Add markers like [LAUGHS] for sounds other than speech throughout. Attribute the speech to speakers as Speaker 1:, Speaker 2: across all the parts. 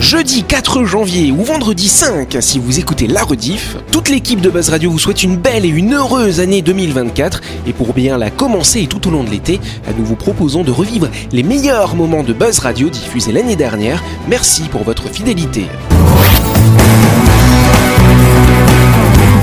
Speaker 1: Jeudi 4 janvier ou vendredi 5, si vous écoutez la rediff, toute l'équipe de Buzz Radio vous souhaite une belle et une heureuse année 2024. Et pour bien la commencer et tout au long de l'été, nous vous proposons de revivre les meilleurs moments de Buzz Radio diffusés l'année dernière. Merci pour votre fidélité.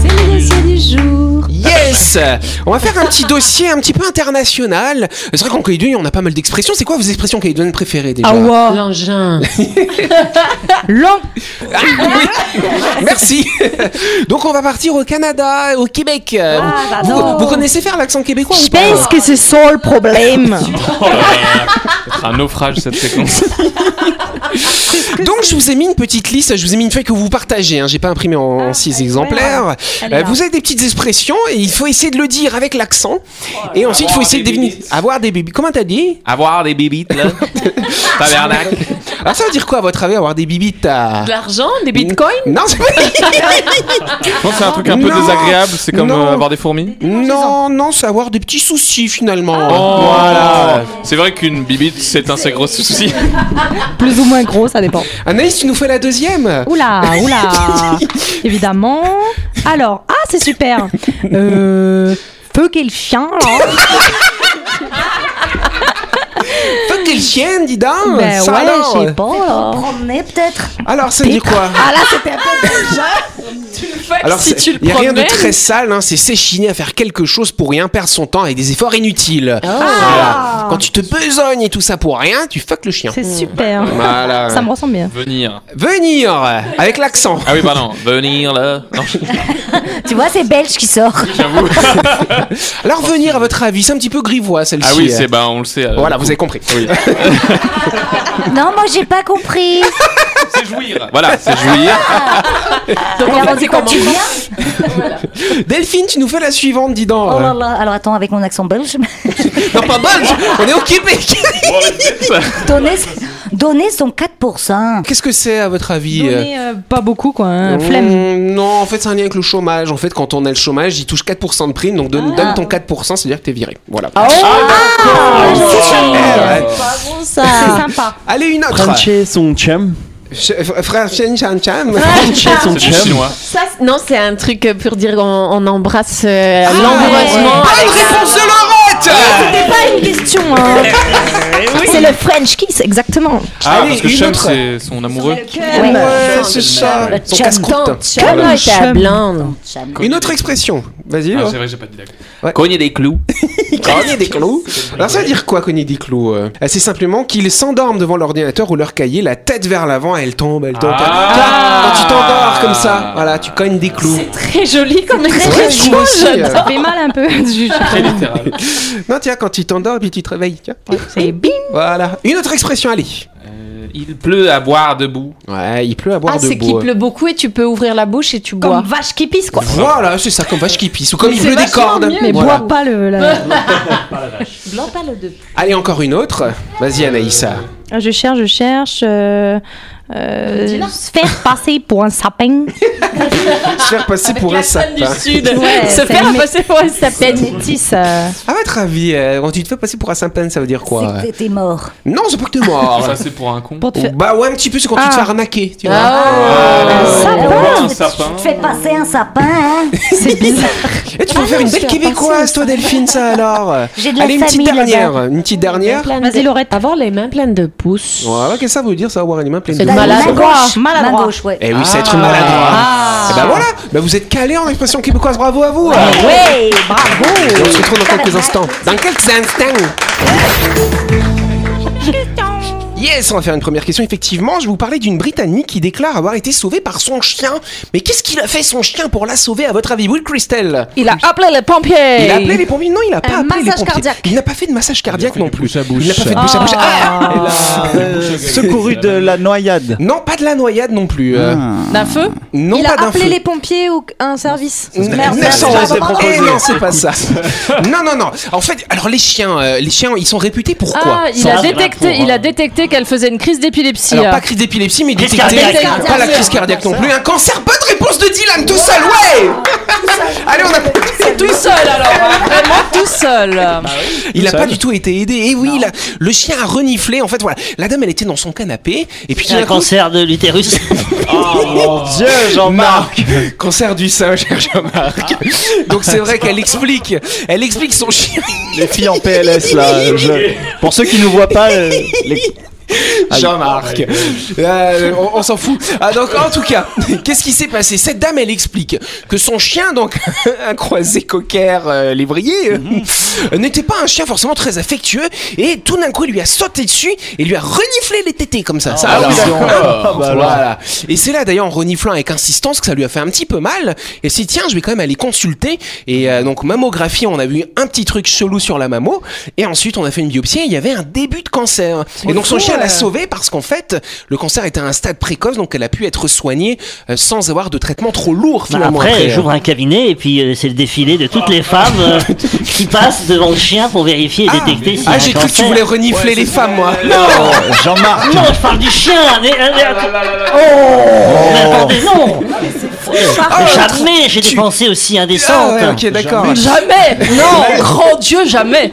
Speaker 2: C'est du jour.
Speaker 1: Yes On va faire un petit dossier un petit peu international. C'est vrai qu'en Calédonie, on a pas mal d'expressions. C'est quoi vos expressions calédoniennes préférées déjà
Speaker 2: L'engin.
Speaker 1: Ah, oui. [LAUGHS] Merci Donc on va partir au Canada, au Québec. vous,
Speaker 2: non.
Speaker 1: vous connaissez faire l'accent québécois ou
Speaker 3: Je
Speaker 1: pas
Speaker 3: pense que c'est ça le problème.
Speaker 4: Oh là là, c'est un naufrage cette [LAUGHS] séquence.
Speaker 1: Donc je vous ai mis une petite liste, je vous ai mis une feuille que vous partagez, hein. j'ai pas imprimé en 6 exemplaires. Euh, vous avez des petites expressions et il faut essayer de le dire avec l'accent. et ensuite il faut
Speaker 4: Avoir
Speaker 1: essayer de
Speaker 4: des
Speaker 1: deviner...
Speaker 4: bébites.
Speaker 1: Avoir des bébés. Comment t'as dit
Speaker 4: Avoir des bibites là. Tabernacle.
Speaker 1: Alors Ah, ça veut dire quoi à votre avis avoir des bibites à...
Speaker 2: De l'argent, des bitcoins
Speaker 1: Non, c'est pas...
Speaker 4: Je pense que c'est un truc un peu
Speaker 1: Non.
Speaker 4: désagréable. C'est comme
Speaker 1: Non.
Speaker 4: euh, avoir des fourmis.
Speaker 1: non, non, c'est avoir des petits soucis finalement.
Speaker 4: Oh. Ah. voilà. C'est vrai qu'une bibite, c'est un assez gros [LAUGHS] souci.
Speaker 3: Plus ou moins gros, ça dépend.
Speaker 1: Oh. Anaïs, tu nous fais la deuxième
Speaker 3: Oula, oula. Évidemment. Alors, ah, c'est super. Euh, feu quel chien, là.
Speaker 1: Fuck quelle chienne, dis donc
Speaker 3: Ben
Speaker 1: Ça alors. euh,
Speaker 3: ouais, je sais pas, là.
Speaker 1: Alors, ça dit quoi
Speaker 3: Ah là, c'était un peu
Speaker 1: Alors,
Speaker 2: si tu le
Speaker 1: il y a rien de
Speaker 2: promènes.
Speaker 1: très sale, hein, c'est s'échiner à faire quelque chose pour rien, perdre son temps avec des efforts inutiles.
Speaker 3: Ah.
Speaker 1: Voilà. Quand tu te besognes et tout ça pour rien, tu fuck le chien.
Speaker 3: C'est super.
Speaker 1: Voilà.
Speaker 3: Ça me ressemble bien.
Speaker 4: Venir.
Speaker 1: Venir euh, avec l'accent.
Speaker 4: Ah oui, pardon. Venir là. Non,
Speaker 5: Tu vois, c'est belge qui sort.
Speaker 4: j'avoue.
Speaker 1: Alors venir à votre avis, c'est un petit peu grivois celle-ci.
Speaker 4: [LAUGHS] Ah oui, c'est bah on le sait. euh,
Speaker 1: Voilà, vous avez compris.
Speaker 4: Oui.
Speaker 5: Non, moi j'ai pas
Speaker 2: [LAUGHS]
Speaker 5: compris.
Speaker 4: [LAUGHS] C'est jouir. Ah. Voilà, c'est jouir.
Speaker 2: Donc
Speaker 5: Alors,
Speaker 2: là,
Speaker 5: du
Speaker 2: c'est
Speaker 5: coup,
Speaker 2: comment
Speaker 5: tu viens
Speaker 1: Delphine, tu nous fais la suivante, dis donc. euh.
Speaker 5: Oh là là, alors attends, avec mon accent belge. [LAUGHS]
Speaker 1: Non, pas belge, on est au Québec.
Speaker 5: Donner, donner son 4%.
Speaker 1: [LAUGHS] Qu'est-ce que c'est à votre avis
Speaker 3: Donner, euh, pas beaucoup, quoi. hein,
Speaker 1: Mmh,
Speaker 3: Flemme.
Speaker 1: Non, en fait, c'est un lien avec le chômage. En fait, quand on a le chômage, il touche 4% de prime. Donc, donne, donne ton 4%, c'est-à-dire que t'es viré. Voilà.
Speaker 4: Ah.
Speaker 1: Eh ouais. [LAUGHS]
Speaker 3: C'est sympa.
Speaker 1: Allez, une autre.
Speaker 6: Franché son chum.
Speaker 1: Je- fr- Frère Chen Chan Cham.
Speaker 6: Franché son
Speaker 4: C'est du
Speaker 6: chum.
Speaker 4: chinois.
Speaker 2: Ça, c'est- non, c'est un truc euh, pour dire on, on embrasse euh,
Speaker 1: Ah,
Speaker 2: l'embrassement.
Speaker 1: Bonne réponse de Laurette
Speaker 3: C'est pas une question, hein. C'est le French kiss, exactement.
Speaker 4: Ah,
Speaker 1: Allez,
Speaker 4: parce que
Speaker 1: une
Speaker 4: chum,
Speaker 1: autre.
Speaker 4: c'est son amoureux.
Speaker 5: Ouais.
Speaker 1: Ouais, c'est ça.
Speaker 5: Le
Speaker 1: Son
Speaker 5: chum.
Speaker 1: casse-croûte.
Speaker 2: Comme
Speaker 3: Voilà.
Speaker 2: ta blonde.
Speaker 1: Une autre expression. Vas-y.
Speaker 4: Ah,
Speaker 1: hein.
Speaker 4: c'est vrai, j'ai pas dit d'accord.
Speaker 1: Ouais.
Speaker 4: Cogner des clous.
Speaker 1: Cogner des clous. Alors, ça veut dire quoi, cogner des clous euh Ah, C'est simplement qu'ils s'endorment devant l'ordinateur ou leur cahier, la tête vers l'avant, elle tombe, elle tombe.
Speaker 4: Ah.
Speaker 1: Quand tu t'endors comme ça, voilà, tu cognes des clous.
Speaker 2: C'est très joli comme
Speaker 1: Ouais, je
Speaker 2: expression.
Speaker 1: trouve aussi, euh,
Speaker 3: Ça fait mal un peu. [LAUGHS]
Speaker 4: Très [LAUGHS] littéral.
Speaker 1: Non, tiens, quand tu t'endors, puis tu te réveilles. Tiens.
Speaker 3: C'est bing.
Speaker 1: Voilà. Une autre expression, allez.
Speaker 4: Euh, il pleut à boire debout.
Speaker 1: Ouais, il pleut à boire
Speaker 2: Ah,
Speaker 1: de
Speaker 2: c'est qu'il
Speaker 1: bois.
Speaker 2: pleut beaucoup et tu peux ouvrir la bouche et tu bois.
Speaker 3: Comme vache qui pisse, quoi.
Speaker 1: Voilà, c'est ça, comme vache qui pisse. Ou comme
Speaker 2: Mais
Speaker 1: il
Speaker 2: c'est
Speaker 1: pleut des
Speaker 2: vachement
Speaker 1: cordes.
Speaker 2: mieux.
Speaker 3: Mais
Speaker 1: Voilà.
Speaker 3: bois pas le. la-
Speaker 2: Blanc pas le deux.
Speaker 1: Allez, encore une autre. Vas-y, Anaïssa.
Speaker 3: Ah, Je cherche, je cherche. euh, euh, se faire passer pour un sapin.
Speaker 1: Se faire passer pour un sapin.
Speaker 2: [LAUGHS] sud.
Speaker 3: Ouais,
Speaker 2: Se
Speaker 3: c'est
Speaker 2: faire
Speaker 3: mé-
Speaker 2: passer pour un sapin.
Speaker 3: Métis. euh,
Speaker 1: À votre avis, euh, quand tu te fais passer pour un sapin, ça veut dire quoi
Speaker 5: C'est
Speaker 1: euh
Speaker 5: que t'es mort.
Speaker 1: Non, c'est pas que t'es mort.
Speaker 4: [LAUGHS] Ça, c'est pour un con.
Speaker 3: pour te
Speaker 1: Ou-
Speaker 3: faire.
Speaker 1: Bah ouais, un petit peu, c'est quand tu te
Speaker 3: Ah.
Speaker 1: fais arnaquer, tu vois.
Speaker 2: Ah,
Speaker 3: Un sapin.
Speaker 4: Oh, un
Speaker 5: tu,
Speaker 4: sapin.
Speaker 5: tu te fais passer un sapin, hein.
Speaker 3: C'est bizarre.
Speaker 1: Et tu peux faire une belle québécoise, toi, Delphine, ça alors.
Speaker 5: J'ai de la
Speaker 1: Allez, une petite
Speaker 5: famille
Speaker 1: dernière.
Speaker 5: là-bas.
Speaker 1: Une petite dernière.
Speaker 3: Oh. Vas-y, Laurette.
Speaker 2: Avoir les mains pleines de pouces.
Speaker 1: Voilà, qu'est-ce que ça veut dire, ça, avoir les mains pleines
Speaker 2: C'est
Speaker 1: de
Speaker 2: le
Speaker 5: Bah,
Speaker 2: malade.
Speaker 5: main gauche.
Speaker 3: Maladroit.
Speaker 5: Main gauche, ouais.
Speaker 1: Eh oui, c'est
Speaker 6: Ah.
Speaker 1: être maladroit. Et bah voilà, bah vous êtes calé en expression québécoise, bravo à vous. Ah.
Speaker 5: Ouais,
Speaker 1: Et on
Speaker 5: bravo.
Speaker 1: se
Speaker 6: [LAUGHS]
Speaker 1: retrouve dans quelques instants. Dans quelques instants. Yes, on va faire une première question. Effectivement, je vous parlais d'une Britannique qui déclare avoir été sauvée par son chien. Mais qu'est-ce qu'il a fait son chien pour la sauver à votre avis, Will Christelle
Speaker 2: Il a appelé les pompiers.
Speaker 1: Il a appelé les pompiers Non, il n'a pas appelé les
Speaker 6: massage
Speaker 1: pompiers.
Speaker 6: cardiaque.
Speaker 1: Il n'a pas fait de massage cardiaque
Speaker 7: fait du
Speaker 1: non plus.
Speaker 7: bouche à bouche.
Speaker 1: Il n'a pas fait de bouche à bouche. Ah
Speaker 8: Elle a euh, secouru de la noyade.
Speaker 1: non, pas de la noyade non plus. Euh,
Speaker 8: Ah.
Speaker 2: D'un feu
Speaker 1: Non,
Speaker 6: Il
Speaker 1: pas
Speaker 6: a
Speaker 1: d'un
Speaker 6: appelé
Speaker 1: feu.
Speaker 6: les pompiers ou un service.
Speaker 1: Merde,
Speaker 6: merde,
Speaker 1: ça,
Speaker 6: merde,
Speaker 1: c'est
Speaker 6: merde.
Speaker 1: proposé. Eh non, c'est pas ça. non, non, non. En fait, alors les chiens, euh, les chiens, ils sont réputés pour quoi
Speaker 2: Ah, il
Speaker 9: Sans
Speaker 2: a,
Speaker 9: rien
Speaker 2: détecté,
Speaker 9: pour,
Speaker 2: il
Speaker 9: euh,
Speaker 2: a détecté qu'elle faisait une crise d'épilepsie.
Speaker 1: Alors
Speaker 2: euh.
Speaker 1: pas crise d'épilepsie, mais détecter
Speaker 9: cardiaque.
Speaker 1: pas la crise cardiaque non plus. Un cancer. Bonne réponse de Dylan, tout seul,
Speaker 2: [LAUGHS]
Speaker 1: ouais. Allez, on a. Bah
Speaker 2: Tout seul alors, hein, vraiment tout seul.
Speaker 1: Il a pas du tout été aidé. Et oui, il a- le chien a reniflé. En fait, voilà, la dame, elle était dans son canapé, et puis tout
Speaker 9: un
Speaker 1: d'un coup,
Speaker 9: cancer de l'utérus.
Speaker 8: Dieu, Jean-Marc
Speaker 1: cancer du sein, cher Jean-Marc. Donc c'est vrai qu'elle explique, elle explique son chien.
Speaker 8: Les filles en PLS là. je- Pour ceux qui nous voient pas, euh, les- Aïe.
Speaker 1: [LAUGHS] Jean-Marc.
Speaker 4: Ah,
Speaker 1: Euh, on on s'en fout. Ah, donc, en tout cas, [LAUGHS] qu'est-ce qui s'est passé Cette dame, elle explique que son chien, donc [LAUGHS] un croisé cocker euh, lévrier, euh,
Speaker 4: Mhm.
Speaker 1: n'était pas un chien forcément très affectueux. Et tout d'un coup, il lui a sauté dessus et lui a reniflé les tétés comme ça. ça
Speaker 4: Ah oui,
Speaker 1: attention.
Speaker 4: d'accord.
Speaker 8: bah alors.
Speaker 1: voilà. Et c'est là, d'ailleurs, en reniflant avec insistance, que ça lui a fait un petit peu mal. Et si tiens, je vais quand même aller consulter. Et euh, donc, mammographie, on a vu un petit truc chelou sur la mammo. Et ensuite, on a fait une biopsie et il y avait un début de cancer. Et donc, son chien l'a sauvé parce qu'en fait, le cancer était à un stade précoce, donc elle a pu être soignée euh, sans avoir de traitement trop lourd
Speaker 9: Bah,
Speaker 1: finalement.
Speaker 9: après,
Speaker 1: après, euh,
Speaker 9: j'ouvre un cabinet et puis euh, c'est le défilé de toutes les femmes
Speaker 1: [LAUGHS]
Speaker 9: euh, qui passent devant le chien pour vérifier et
Speaker 1: Ah,
Speaker 9: détecter si
Speaker 1: Ah,
Speaker 9: un
Speaker 1: j'ai cru que tu
Speaker 9: cancer.
Speaker 1: voulais renifler les femmes, moi.
Speaker 8: Oh, Jean-Marc
Speaker 9: Non, je parle du chien. mais- euh, mais-
Speaker 1: Ah,
Speaker 9: Oh, mais attendez, non. Jamais j'ai des pensées aussi
Speaker 1: Ah,
Speaker 9: indécentes.
Speaker 1: ouais, ok, d'accord.
Speaker 2: Jamais
Speaker 1: [LAUGHS]
Speaker 2: Non Grand Dieu, jamais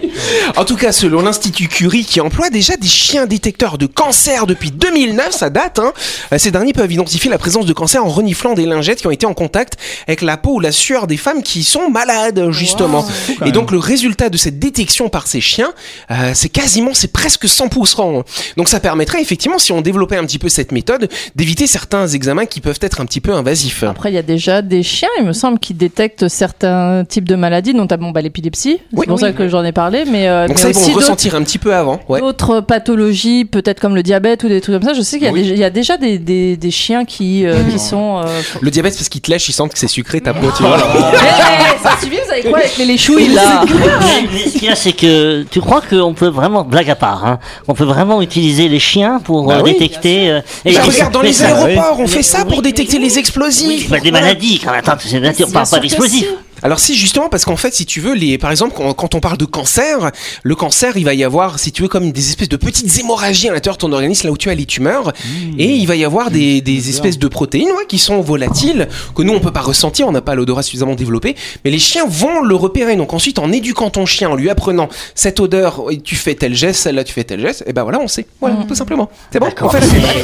Speaker 1: En tout cas, selon l'Institut Curie, qui emploie déjà des chiens détecteurs de cancer depuis 2009, ça date, hein, euh, ces derniers peuvent identifier la présence de cancer en reniflant des lingettes qui ont été en contact avec la peau ou la sueur des femmes qui sont malades, justement. Et donc, le résultat de cette détection par ces chiens, euh, c'est quasiment, c'est presque 100%. hein. Donc, ça permettrait, effectivement, si on développait un petit peu cette méthode, d'éviter certains examens qui peuvent être un petit peu invasifs.
Speaker 2: Après, il y a déjà des chiens, il me semble, qui détectent certains types de maladies, notamment bah, l'épilepsie. C'est
Speaker 1: Oui,
Speaker 2: pour
Speaker 1: oui.
Speaker 2: ça que j'en ai parlé. Mais, euh,
Speaker 1: Donc,
Speaker 2: mais
Speaker 1: ça, ils vont
Speaker 2: aussi
Speaker 1: le
Speaker 2: d'autres-
Speaker 1: ressentir un petit peu avant. Ouais.
Speaker 2: d'autres pathologies, peut-être comme le diabète ou des trucs comme ça. Je sais qu'il y,
Speaker 1: Ah
Speaker 2: a des- il y a déjà des, des- des chiens qui, euh, qui sont. euh,
Speaker 1: Le diabète, c'est parce qu'ils te lèchent, ils sentent que c'est sucré ta
Speaker 2: [LAUGHS]
Speaker 1: peau, tu vois.
Speaker 2: Eh, ça suffit, vous savez quoi avec les léchouilles là
Speaker 9: Mais- mais ce qu'il y a, c'est que tu crois qu'on peut vraiment, blague à part, hein, on peut vraiment utiliser les chiens pour
Speaker 1: Bah
Speaker 9: euh,
Speaker 1: oui, Bah
Speaker 9: détecter. euh, et-
Speaker 1: Mais
Speaker 9: et-
Speaker 1: regarde, dans
Speaker 9: mais
Speaker 1: les
Speaker 9: ça-
Speaker 1: aéroports, on fait
Speaker 9: Mais-
Speaker 1: ça
Speaker 9: oui,
Speaker 1: pour détecter
Speaker 9: oui,
Speaker 1: les explosifs.
Speaker 9: oui, bah, des maladies, quand même. Attends, c'est nature, on
Speaker 2: Bien
Speaker 9: parle
Speaker 2: sûr
Speaker 9: pas
Speaker 2: que
Speaker 9: d'explosifs.
Speaker 1: Alors si justement, parce qu'en fait, si tu veux, les, par exemple, quand, quand on parle de cancer, le cancer, il va y avoir, si tu veux, comme des espèces de petites hémorragies à l'intérieur de ton organisme, là où tu as les tumeurs,
Speaker 9: Mmh.
Speaker 1: et il va y avoir des, des espèces de protéines ouais, qui sont volatiles, que nous, on peut pas ressentir, on n'a pas l'odorat suffisamment développé, mais les chiens vont le repérer. Donc ensuite, en éduquant ton chien, en lui apprenant cette odeur, et tu fais tel geste, celle-là, tu fais tel geste, et ben voilà, on sait. Voilà, tout simplement. C'est bon on
Speaker 9: Mmh. D'accord.
Speaker 1: fait la suite.
Speaker 9: [LAUGHS]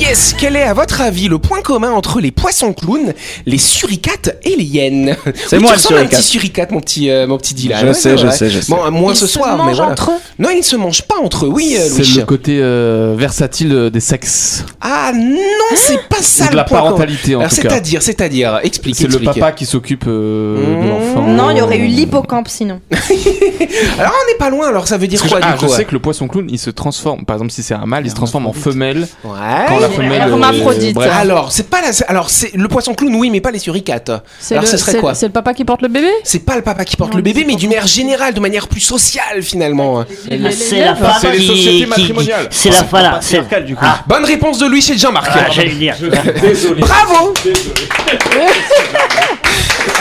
Speaker 1: Yes, quel est à votre avis le point commun entre les poissons clowns, les suricates et les hyènes
Speaker 8: C'est
Speaker 1: Oui,
Speaker 8: moi,
Speaker 1: tu
Speaker 8: le
Speaker 1: ressembles à
Speaker 8: suricate.
Speaker 1: un petit suricate, mon petit, euh, mon petit Dylan.
Speaker 8: Je
Speaker 1: Ouais,
Speaker 8: sais,
Speaker 1: c'est
Speaker 8: je
Speaker 1: vrai.
Speaker 8: sais, je sais.
Speaker 1: Bon, euh, moins
Speaker 6: Ils
Speaker 1: ce
Speaker 6: se
Speaker 1: soir, mais
Speaker 6: mangent
Speaker 1: voilà.
Speaker 6: entre eux.
Speaker 1: Non, ils ne se mangent pas entre eux. Oui, euh, Louis.
Speaker 7: C'est le côté euh, versatile euh, des sexes.
Speaker 1: Ah non, c'est pas ça
Speaker 7: Ou de
Speaker 1: le
Speaker 7: la
Speaker 1: point commun.
Speaker 7: parentalité, en
Speaker 1: Alors,
Speaker 7: tout cas.
Speaker 1: c'est-à-dire, c'est-à-dire, explique.
Speaker 7: C'est le
Speaker 1: explique.
Speaker 7: papa qui s'occupe euh,
Speaker 1: Mmh.
Speaker 7: de l'enfant.
Speaker 6: Non, il y aurait eu l'hippocampe sinon.
Speaker 1: Alors, Ah, on n'est pas loin. Alors, ça veut dire
Speaker 7: Parce que
Speaker 1: quoi
Speaker 7: je, ah,
Speaker 1: du
Speaker 7: je
Speaker 1: coup euh
Speaker 7: sais que le poisson clown il se transforme. Par exemple, si c'est un mâle, il se transforme en femelle. Quand
Speaker 1: Ouais.
Speaker 7: la femelle. euh,
Speaker 2: Hermaphrodite.
Speaker 7: bref.
Speaker 1: Alors, c'est pas la... alors c'est le poisson clown, oui, mais pas les suricates.
Speaker 2: C'est
Speaker 1: Alors,
Speaker 2: le-
Speaker 1: ce serait
Speaker 2: c'est-
Speaker 1: quoi
Speaker 2: C'est le papa qui porte le bébé
Speaker 1: C'est pas le papa qui porte le bébé, mais d'une manière générale, de manière plus sociale finalement.
Speaker 9: Ah, C'est la
Speaker 7: Ah,
Speaker 9: femme
Speaker 7: c'est les
Speaker 9: qui-
Speaker 7: sociétés
Speaker 9: qui-
Speaker 7: matrimoniales.
Speaker 9: C'est la voilà, c'est
Speaker 8: Patriarcal, du coup.
Speaker 9: Ah,
Speaker 1: Bonne réponse de Louis chez Jean-Marc.
Speaker 9: ah, j'allais le dire.
Speaker 1: Bravo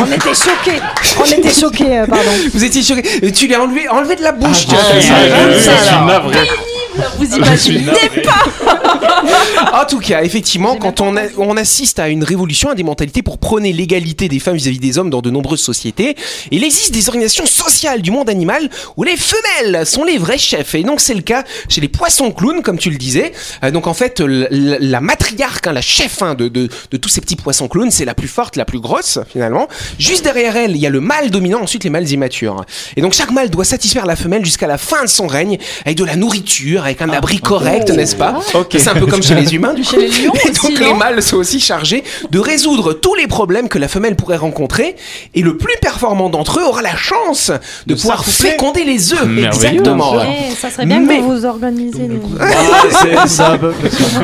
Speaker 6: On était choqués. On était choqués, euh, pardon.
Speaker 1: Vous étiez choqué. Tu l'as enlevé, enlevé de la bouche. tu
Speaker 9: Ah,
Speaker 1: vois, comme
Speaker 9: ouais,
Speaker 1: ça.
Speaker 9: ouais,
Speaker 4: Je
Speaker 1: [LAUGHS]
Speaker 9: ouais.
Speaker 4: suis navré.
Speaker 2: Vous
Speaker 4: Je suis navré.
Speaker 1: en tout cas, effectivement, quand on, a- on assiste à une révolution, à des mentalités pour prôner l'égalité des femmes vis-à-vis des hommes dans de nombreuses sociétés, il existe des organisations sociales du monde animal où les femelles sont les vrais chefs. Et donc c'est le cas chez les poissons clowns, comme tu le disais. Euh, donc en fait, l- l- la matriarche, hein, la chef hein, de, de- de tous ces petits poissons clowns, c'est la plus forte, la plus grosse finalement. Juste derrière elle, il y a le mâle dominant, ensuite les mâles immatures. Et donc chaque mâle doit satisfaire la femelle jusqu'à la fin de son règne avec de la nourriture, avec un abri correct, n'est-ce pas
Speaker 8: Ok.
Speaker 1: C'est un peu comme chez les humains, du
Speaker 2: Chez
Speaker 1: coup.
Speaker 2: les lions
Speaker 1: Et
Speaker 2: aussi,
Speaker 1: donc
Speaker 2: non
Speaker 1: les mâles sont aussi chargés de résoudre tous les problèmes que la femelle pourrait rencontrer. Et le plus performant d'entre eux aura la chance de, pouvoir féconder les œufs.
Speaker 4: Merveilleux.
Speaker 1: Exactement.
Speaker 2: Eh,
Speaker 3: ça serait bien
Speaker 1: Mais-
Speaker 3: que vous organisiez. les-
Speaker 8: Ah, C'est c'est un peu.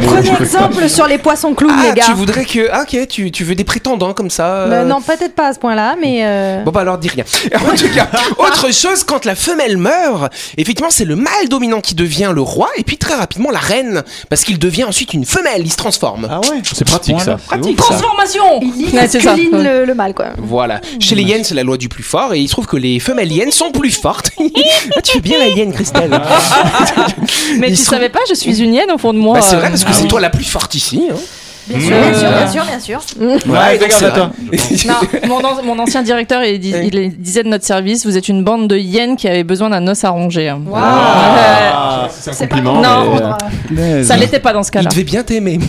Speaker 3: Prenez exemple sur les poissons clowns,
Speaker 1: Ah,
Speaker 3: les gars.
Speaker 1: tu voudrais que. Ah, ok, tu, tu veux des prétendants comme ça euh,
Speaker 3: Mais non, peut-être pas à ce point-là, mais. euh,
Speaker 1: Bon bah alors dis rien. [LAUGHS] En tout cas, autre chose, quand la femelle meurt, effectivement c'est le mâle dominant qui devient le roi et puis très rapidement la reine parce qu'il devient ensuite une femelle, il se transforme.
Speaker 8: Ah ouais
Speaker 7: C'est pratique ça.
Speaker 1: Pratique, ça.
Speaker 2: Transformation Ouais, c'est ça.
Speaker 3: Clean le, le mal, quoi.
Speaker 1: Voilà. Chez les hyènes, c'est la loi du plus fort et il se trouve que les femelles hyènes sont plus fortes. [LAUGHS] Ah, tu fais bien la hyène, Christelle.
Speaker 8: Ah.
Speaker 2: Mais
Speaker 1: Ils
Speaker 2: tu
Speaker 1: sont-
Speaker 2: savais pas, je suis une hyène au fond de moi.
Speaker 1: Bah, c'est
Speaker 2: euh.
Speaker 1: vrai parce euh, que
Speaker 8: Ah
Speaker 1: c'est toi la plus forte ici. hein.
Speaker 3: Bien sûr, bien sûr, bien sûr, bien sûr.
Speaker 1: Ouais,
Speaker 8: regarde
Speaker 1: donc c'est
Speaker 8: à toi.
Speaker 2: Non, mon, an- mon ancien directeur, il, dis- il disait de notre service, vous êtes une bande de hyènes qui avait besoin d'un os à ronger. hein.
Speaker 8: Ah,
Speaker 3: C'est pas
Speaker 7: Compliment.
Speaker 2: Non.
Speaker 7: mais, euh,
Speaker 2: Euh, Ça l'était pas dans ce
Speaker 1: Il
Speaker 2: cas-là.
Speaker 1: devait bien t'aimer.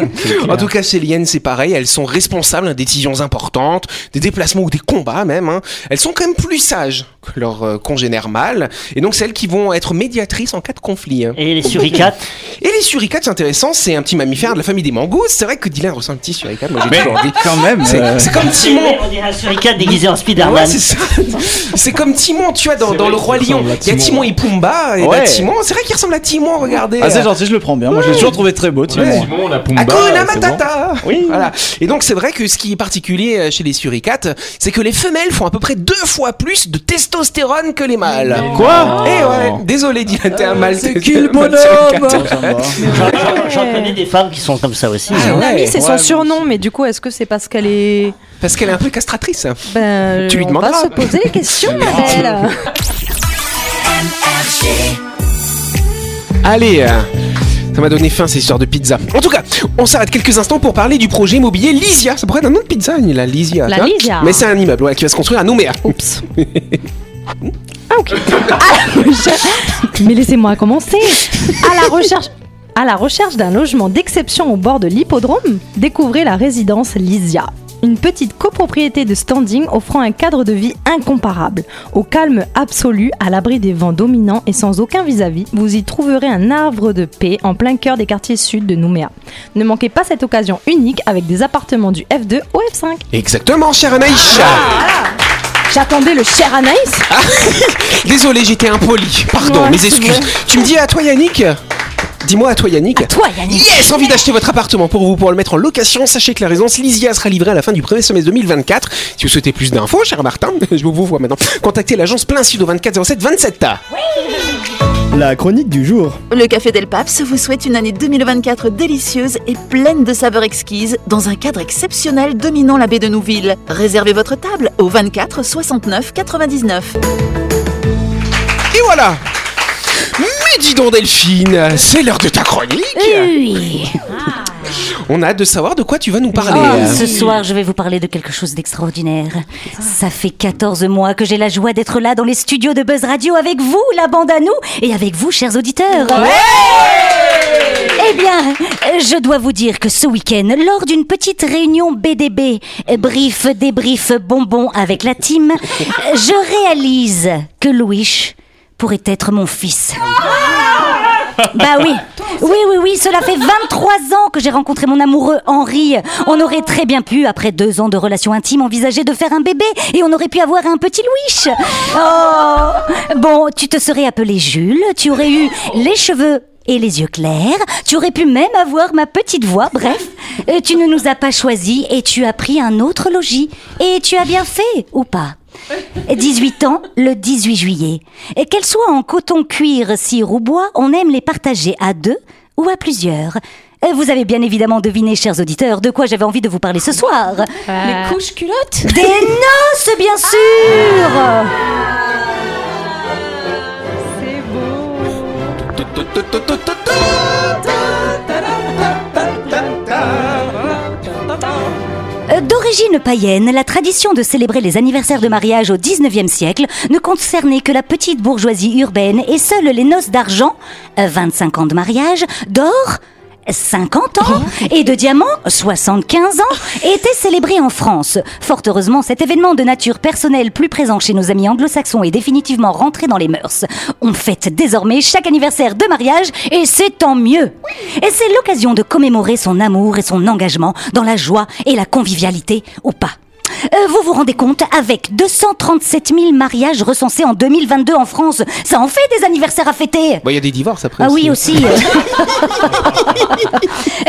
Speaker 1: [LAUGHS] en tout cas, chez les hyènes, c'est pareil. Elles sont responsables hein, des décisions importantes, des déplacements ou des combats même. hein. Elles sont quand même plus sages que leurs euh, congénères mâles. Et donc, celles qui vont être médiatrices en cas de conflit. hein.
Speaker 9: Et les suricates
Speaker 1: Et les suricates, c'est intéressant. C'est un petit mammifère de la famille des mangoustes. C'est vrai que Dylan ressemble un petit suricate. Moi, j'ai
Speaker 4: Mais-
Speaker 1: toujours envie.
Speaker 8: Quand même. euh.
Speaker 1: C'est c'est comme
Speaker 9: [LAUGHS]
Speaker 1: Timon.
Speaker 9: On dirait un suricate déguisé en
Speaker 1: Ah ouais,
Speaker 9: Spider-Man.
Speaker 1: c'est ça. C'est comme Timon, tu vois, dans,
Speaker 7: C'est
Speaker 1: dans
Speaker 7: vrai
Speaker 1: le
Speaker 7: qu'il
Speaker 1: Roi Lion.
Speaker 7: ressemble à
Speaker 1: Il y a
Speaker 7: Timon.
Speaker 1: Timon et Pumba. Et bah,
Speaker 8: Ouais.
Speaker 1: Timon, c'est vrai qu'il ressemble à Timon, regardez.
Speaker 8: Ah, c'est gentil, je le prends bien. Moi, je l'ai toujours trouvé très beau, Timon.
Speaker 7: Simon, la Pumba,
Speaker 1: Hakuna
Speaker 7: c'est bon.
Speaker 1: Matata
Speaker 8: Oui.
Speaker 1: Voilà. Et donc c'est vrai que ce qui est particulier euh, chez les suricates, c'est que les femelles font à peu près deux fois plus de testostérone que les mâles.
Speaker 8: Quoi Oh. Euh,
Speaker 1: Eh ouais, désolé Dylan, t'es un mâle.
Speaker 8: c'est
Speaker 1: t'es-
Speaker 8: qui
Speaker 1: t'es
Speaker 8: le
Speaker 1: un mâle
Speaker 8: bonhomme
Speaker 1: suricate.
Speaker 9: J'en- j'en- J'en connais des femmes qui sont comme ça aussi.
Speaker 1: Ah,
Speaker 3: Mon
Speaker 1: ouais.
Speaker 3: ami, c'est
Speaker 8: Ouais,
Speaker 3: son surnom, mais du coup, est-ce que c'est parce qu'elle est.
Speaker 1: [LAUGHS] Parce qu'elle est un peu castratrice.
Speaker 3: Ben,
Speaker 1: Tu lui
Speaker 3: on va
Speaker 1: demanderas.
Speaker 3: se poser
Speaker 1: [LAUGHS]
Speaker 3: les questions, ma belle.
Speaker 1: Allez euh, ça m'a donné faim ces histoires de pizza. En tout cas, on s'arrête quelques instants pour parler du projet immobilier Lysia. Ça pourrait être un nom de pizza, la Lysia.
Speaker 3: La
Speaker 1: tu vois.
Speaker 3: Lysia.
Speaker 1: Mais c'est un immeuble ouais, qui va se construire à Nouméa.
Speaker 3: Mais laissez-moi commencer. À la recherche. À la recherche d'un logement d'exception au bord de l'hippodrome, découvrez la résidence Lysia. Une petite copropriété de standing offrant un cadre de vie incomparable. Au calme absolu, à l'abri des vents dominants et sans aucun vis-à-vis, vous y trouverez un arbre de paix en plein cœur des quartiers sud de Nouméa. Ne manquez pas cette occasion unique avec des appartements du F2 au F5.
Speaker 1: Exactement, chère Anaïcha.
Speaker 3: Ah. J'attendais le cher Anaïs
Speaker 1: Désolé, j'étais impoli. Pardon,
Speaker 3: Ouais,
Speaker 1: mes
Speaker 3: c'est
Speaker 1: excuses.
Speaker 3: bon.
Speaker 1: Tu me dis à toi, Yannick Dis-moi à toi, Yannick.
Speaker 3: Toi Yannick
Speaker 1: Yes, envie d'acheter votre appartement pour vous pouvoir le mettre en location. Sachez que la résidence Lysia sera livrée à la fin du premier semestre 2024. Si vous souhaitez plus d'infos, cher Martin, [LAUGHS] je vous vois maintenant. Contactez l'agence Plein Sud au 24 07 27 A.
Speaker 10: La chronique du jour.
Speaker 11: Le Café Del Paps vous souhaite une année 2024 délicieuse et pleine de saveurs exquises dans un cadre exceptionnel dominant la baie de Nouville. Réservez votre table au 24 69 99.
Speaker 1: Et voilà. Mais dis donc, Delphine, c'est l'heure de ta chronique.
Speaker 5: Oui.
Speaker 1: On a hâte de savoir de quoi tu vas nous parler.
Speaker 5: Ah,
Speaker 1: hein.
Speaker 5: Ce soir, je vais vous parler de quelque chose d'extraordinaire. Ça fait 14 mois que j'ai la joie d'être là dans les studios de Buzz Radio avec vous, la bande à nous, et avec vous, chers auditeurs. Eh bien, euh, je dois vous dire que ce week-end, lors d'une petite réunion BDB, euh, brief, débrief, bonbon avec la team, euh, je réalise que Louis pourrait être mon fils. Bah oui. Oui, oui, oui, cela fait 23 ans que j'ai rencontré mon amoureux Henri. On aurait très bien pu, après deux ans de relations intimes, envisager de faire un bébé et on aurait pu avoir un petit Louis. Oh Bon, tu te serais appelé Jules, tu aurais eu les cheveux et les yeux clairs, tu aurais pu même avoir ma petite voix, bref. euh, Tu ne nous as pas choisis et tu as pris un autre logis. Et tu as bien fait, ou pas 18 ans, le 18 juillet. Et Qu'elles soient en coton, cuir, cire ou bois, on aime les partager à deux ou à plusieurs. Euh, Vous avez bien évidemment deviné, chers auditeurs, de quoi j'avais envie de vous parler ce soir.
Speaker 3: Les couches culottes
Speaker 5: Des noces, bien sûr
Speaker 1: Ta-ta-ta-ta-ta-ta.
Speaker 5: Euh, D'origine païenne, la tradition de célébrer les anniversaires de mariage au 19e siècle ne concernait que la petite bourgeoisie urbaine et seules les noces d'argent, euh, 25 ans de mariage, d'or, 50 ans et de diamant, 75 ans, étaient célébrées en France. Fort heureusement, cet événement de nature personnelle plus présent chez nos amis anglo-saxons est définitivement rentré dans les mœurs. On fête désormais chaque anniversaire de mariage et c'est tant mieux. Et c'est l'occasion de commémorer son amour et son engagement dans la joie et la convivialité ou pas. Euh, vous vous rendez compte, avec 237 000 mariages recensés en 2022 en France, ça en fait des anniversaires à fêter
Speaker 1: Bah, il y a des divorces après.
Speaker 5: ah oui, aussi. [LAUGHS]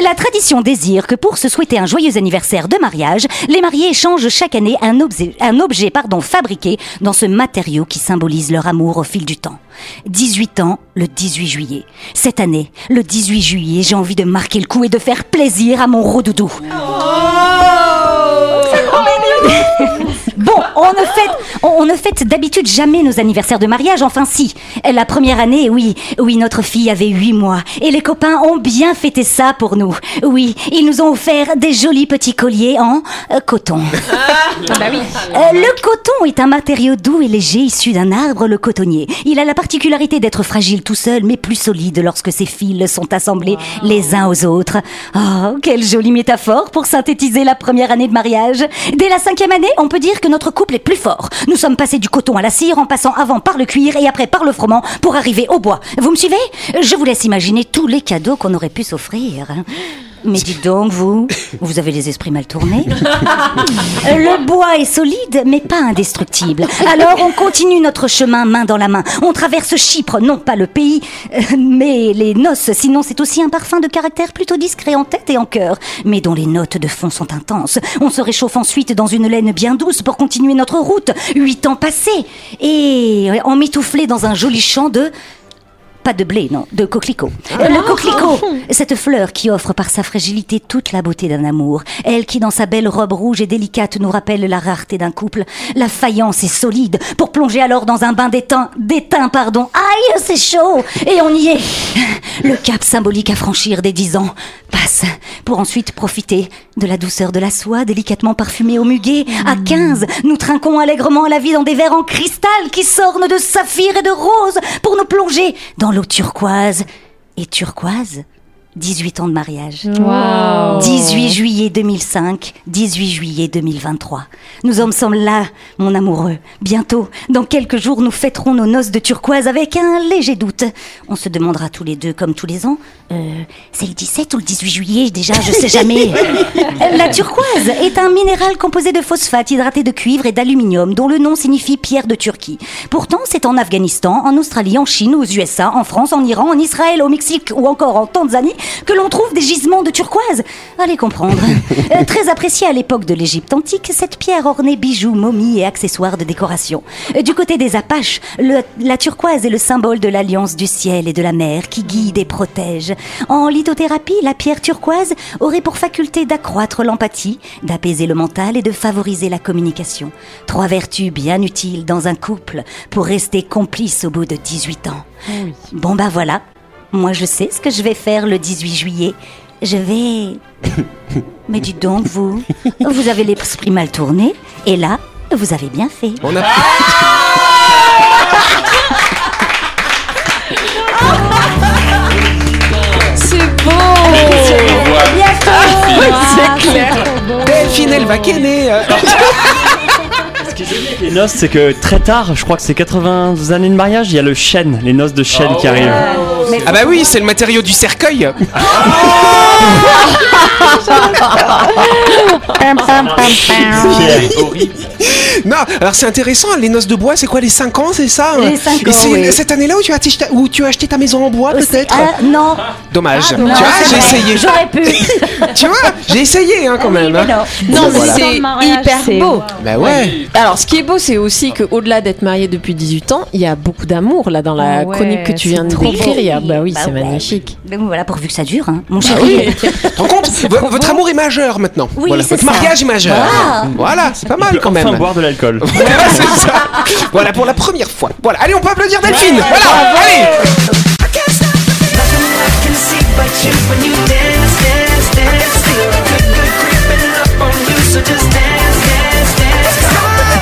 Speaker 5: La tradition désire que pour se souhaiter un joyeux anniversaire de mariage, les mariés échangent chaque année un objet, un objet pardon, fabriqué dans ce matériau qui symbolise leur amour au fil du temps. 18 ans, le 18 juillet. Cette année, le 18 juillet, j'ai envie de marquer le coup et de faire plaisir à mon rodoudou. Bon, on ne fête, on, on ne fête d'habitude jamais nos anniversaires de mariage, enfin si. La première année, oui, oui, notre fille avait 8 mois et les copains ont bien fêté ça pour nous. Oui, ils nous ont offert des jolis petits colliers en euh, coton. Euh, le coton est un matériau doux et léger issu d'un arbre, le cotonnier. Il a la particularité d'être fragile tout seul, mais plus solide lorsque ses fils sont assemblés les uns aux autres. Oh, quelle jolie métaphore pour synthétiser la première année de mariage. Dès la cinquième année, on peut dire que notre couple est plus fort. Nous sommes passés du coton à la cire en passant avant par le cuir et après par le froment pour arriver au bois. Vous me suivez Je vous laisse imaginer tous les cadeaux qu'on aurait pu s'offrir. Mais dites donc, vous, vous avez les esprits mal tournés. Le bois est solide, mais pas indestructible. Alors on continue notre chemin main dans la main. On traverse Chypre, non pas le pays, euh, mais les noces. Sinon, c'est aussi un parfum de caractère plutôt discret en tête et en cœur, mais dont les notes de fond sont intenses. On se réchauffe ensuite dans une laine bien douce pour continuer notre route. Huit ans passés, et en m'étouffler dans un joli champ de pas de blé, non, de coquelicot. Euh, Le coquelicot, cette fleur qui offre par sa fragilité toute la beauté d'un amour. Elle qui, dans sa belle robe rouge et délicate, nous rappelle la rareté d'un couple. La faïence est solide pour plonger alors dans un bain d'étain, d'étain, pardon. Aïe, c'est chaud Et on y est Le cap symbolique à franchir des dix ans passe pour ensuite profiter de la douceur de la soie délicatement parfumée au muguet. À 15, nous trinquons allègrement à la vie dans des verres en cristal qui sornent de saphir et de rose pour nous plonger dans l'eau turquoise. Et turquoise 18 ans de mariage.
Speaker 3: Wow.
Speaker 5: 18 juillet 2005, 18 juillet 2023. Nous en sommes là, mon amoureux. Bientôt, dans quelques jours, nous fêterons nos noces de turquoise avec un léger doute. On se demandera tous les deux, comme tous les ans, euh, c'est le 17 ou le 18 juillet déjà, je sais jamais. Euh, La turquoise est un minéral composé de phosphate hydraté de cuivre et d'aluminium, dont le nom signifie pierre de Turquie. Pourtant, c'est en Afghanistan, en Australie, en Chine, aux USA, en France, en Iran, en Israël, au Mexique ou encore en Tanzanie que l'on trouve des gisements de turquoise. Allez comprendre. Euh, très appréciée à l'époque de l'Égypte antique, cette pierre ornait bijoux, momies et accessoires de décoration. Euh, Du côté des Apaches, le- la turquoise est le symbole de l'alliance du ciel et de la mer qui guide et protège. En lithothérapie, la pierre turquoise aurait pour faculté d'accroître l'empathie, d'apaiser le mental et de favoriser la communication. Trois vertus bien utiles dans un couple pour rester complice au bout de 18 ans. Bon bah voilà, moi je sais ce que je vais faire le 18 juillet. Je vais... Mais dites donc vous, vous avez l'esprit mal tourné et là, vous avez bien fait.
Speaker 1: On a...
Speaker 2: C'est beau
Speaker 5: Ah,
Speaker 1: c'est clair Delphine, elle va kenner euh.
Speaker 12: Les noces, c'est que très tard, je crois que c'est 80 années de mariage, il y a le chêne, les noces de chêne qui arrivent.
Speaker 3: Euh,
Speaker 1: Ah bah oui, c'est le matériau du cercueil Non, alors c'est intéressant, les noces de bois, c'est quoi les 5 ans, c'est ça
Speaker 5: Les cinq
Speaker 1: Et
Speaker 5: ans,
Speaker 1: c'est
Speaker 5: oui.
Speaker 1: cette année-là où tu as acheté ta- où tu as acheté ta maison en bois peut-être
Speaker 5: Ah, non.
Speaker 1: Dommage.
Speaker 5: Ah,
Speaker 1: tu
Speaker 5: dommage,
Speaker 1: vois,
Speaker 5: c'est
Speaker 1: j'ai
Speaker 5: vrai. [LAUGHS]
Speaker 1: essayé.
Speaker 5: J'aurais pu.
Speaker 1: [LAUGHS]
Speaker 5: Ah
Speaker 1: tu vois, j'ai essayé hein, quand même. hein.
Speaker 13: Non,
Speaker 1: Bon,
Speaker 13: mais
Speaker 1: voilà.
Speaker 13: c'est hyper beau.
Speaker 1: Bah ouais.
Speaker 13: Alors, ce qui est beau, c'est aussi que au-delà d'être marié depuis 18 ans, il y a beaucoup d'amour là dans la
Speaker 5: Ah Ouais,
Speaker 13: chronique que tu viens de
Speaker 5: c'est trop
Speaker 13: décrire.
Speaker 5: beau.
Speaker 13: Il y a- Bah oui,
Speaker 5: Bah
Speaker 13: c'est
Speaker 5: ouais.
Speaker 13: magnifique.
Speaker 5: Donc voilà, pourvu que ça dure, hein, mon
Speaker 1: Ah
Speaker 5: chéri.
Speaker 1: oui. Tu te rends compte Vo- Votre amour est majeur maintenant.
Speaker 5: Oui,
Speaker 1: voilà.
Speaker 5: c'est
Speaker 1: Votre
Speaker 5: ça.
Speaker 1: mariage est majeur.
Speaker 5: Voilà.
Speaker 1: Voilà, c'est pas mal quand même.
Speaker 12: Enfin boire de l'alcool.
Speaker 1: [LAUGHS] Voilà, c'est ça. Voilà pour la première fois. Voilà, allez, on peut applaudir Delphine. voilà, allez.
Speaker 14: When you dance, dance, dance, good, good creeping up on you, so just dance.